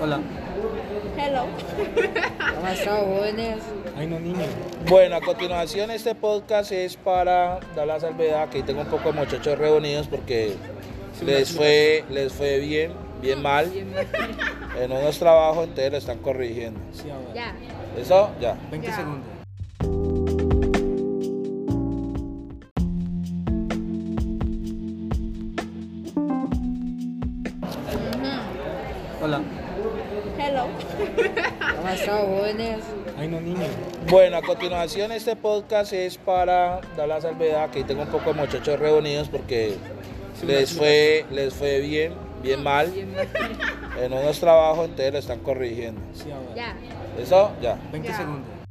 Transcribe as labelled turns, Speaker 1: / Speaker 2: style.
Speaker 1: Hola.
Speaker 2: Hello.
Speaker 3: Demasiado jóvenes.
Speaker 1: Ay, no, niño.
Speaker 4: Bueno, a continuación este podcast es para dar la salvedad que tengo un poco de muchachos reunidos porque les fue, les fue bien, bien mal en unos trabajos, entonces lo están corrigiendo.
Speaker 1: Sí, ahora.
Speaker 2: Ya.
Speaker 4: Eso ya.
Speaker 1: 20
Speaker 2: Ya.
Speaker 1: segundos. Hola.
Speaker 2: Hello.
Speaker 3: Demasiado jóvenes.
Speaker 1: Ay, no, niño.
Speaker 4: Bueno, a continuación este podcast es para dar la salvedad que tengo un poco de muchachos reunidos porque les fue, les fue bien, bien mal en unos trabajos, entonces lo están corrigiendo.
Speaker 1: Sí, ahora.
Speaker 2: Ya.
Speaker 4: Eso ya.
Speaker 1: 20
Speaker 2: Ya.
Speaker 1: segundos.